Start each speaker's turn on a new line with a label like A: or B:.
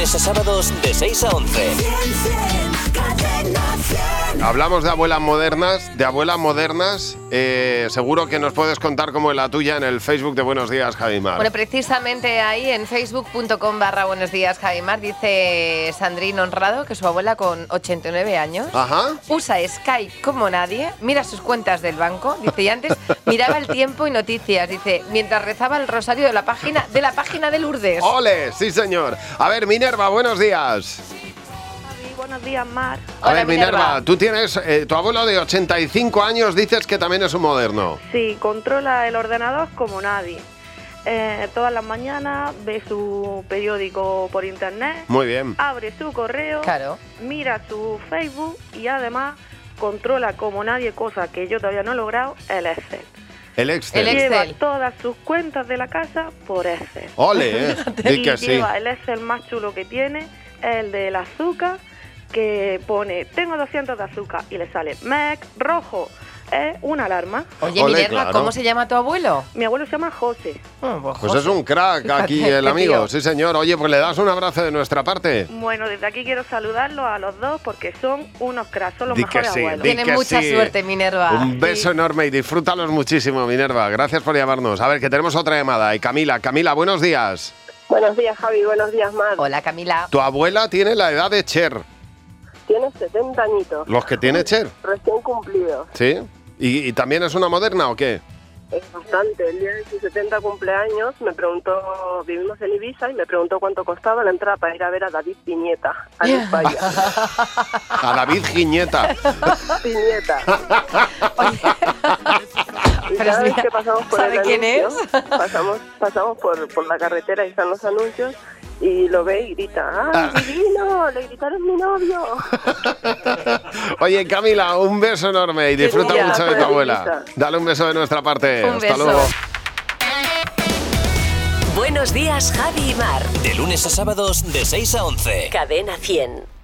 A: a sábados de 6 a 11.
B: Hablamos de abuelas modernas, de abuelas modernas. eh, seguro que nos puedes contar cómo es la tuya en el Facebook de Buenos Días, Javimar.
C: Bueno, precisamente ahí en facebook.com barra buenos días Javimar dice Sandrine Honrado que su abuela con 89 años
B: Ajá.
C: usa Skype como nadie, mira sus cuentas del banco, dice, y antes miraba el tiempo y noticias, dice, mientras rezaba el rosario de la página de la página de Lourdes.
B: ¡Ole! Sí, señor. A ver, Minerva, buenos días.
D: Buenos días, Mar.
B: A
C: Hola,
B: ver,
C: Minerva.
B: tú tienes, eh, tu abuelo de 85 años dices que también es un moderno.
D: Sí, controla el ordenador como nadie. Eh, todas las mañanas ve su periódico por internet,
B: Muy bien.
C: Ah,
D: abre su correo,
C: Claro.
D: mira su Facebook y además controla como nadie, cosa que yo todavía no he logrado, el Excel.
B: El Excel.
C: El Excel.
D: Lleva todas sus cuentas de la casa por Excel.
B: ¡Ole! eh. Di
D: y
B: que sí.
C: eh.
D: lleva el Excel más chulo que tiene, el del azúcar, que pone, tengo 200 de azúcar y le sale MEC rojo. Es una alarma.
C: Oye,
B: Ole,
C: Minerva,
B: claro.
C: ¿cómo se llama tu abuelo?
D: Mi abuelo se llama José.
C: Bueno,
B: Pues
C: José.
B: es un crack aquí
C: Fíjate,
B: el
C: qué
B: amigo.
C: tío.
B: Sí, señor. Oye, pues le das un abrazo de nuestra parte.
D: Bueno, desde aquí quiero saludarlos a los dos porque son unos cracks, son los
B: Di que
D: mejores
B: sí,
D: abuelos.
B: di
C: Tiene
B: que
C: mucha
B: sí.
C: suerte, Minerva.
B: Un beso
D: sí.
B: enorme y disfrútalos muchísimo, Minerva. Gracias por llamarnos. A ver, que tenemos otra llamada. Y Camila, Camila, buenos días.
E: Buenos días, Javi. Buenos días, Mar.
C: Hola, Camila.
B: Tu abuela tiene la edad de Cher.
E: Tienes 70 añitos,
B: Los que tiene Cher,
E: recién cumplidos.
B: ¿sí? ¿Y, y también es una moderna o qué?
E: Es bastante. El día de su 70 cumpleaños me preguntó, vivimos en Ibiza, y me preguntó cuánto costaba la entrada para ir a ver a David Piñeta, a España.
B: A David Giñeta.
E: Piñeta.
C: Oye.
E: Y
C: Pero
E: cada vez
C: mira,
E: que pasamos por
C: ¿sabe
E: el
C: quién
E: anuncio,
C: es?
E: Pasamos, pasamos por, por la carretera y están los anuncios, y lo ve y grita, ¡ay,
A: Ah.
E: divino! ¡Le gritaron mi novio!
B: Oye, Camila, un beso enorme y disfruta
E: día,
B: mucho de tu
E: pues,
B: abuela.
E: Ibiza.
B: Dale un beso de nuestra parte.
C: Un
B: Hasta
C: beso.
B: luego.
F: Buenos días, Javi y Mar.
A: De lunes a sábados de 6 a 11.
F: Cadena 100.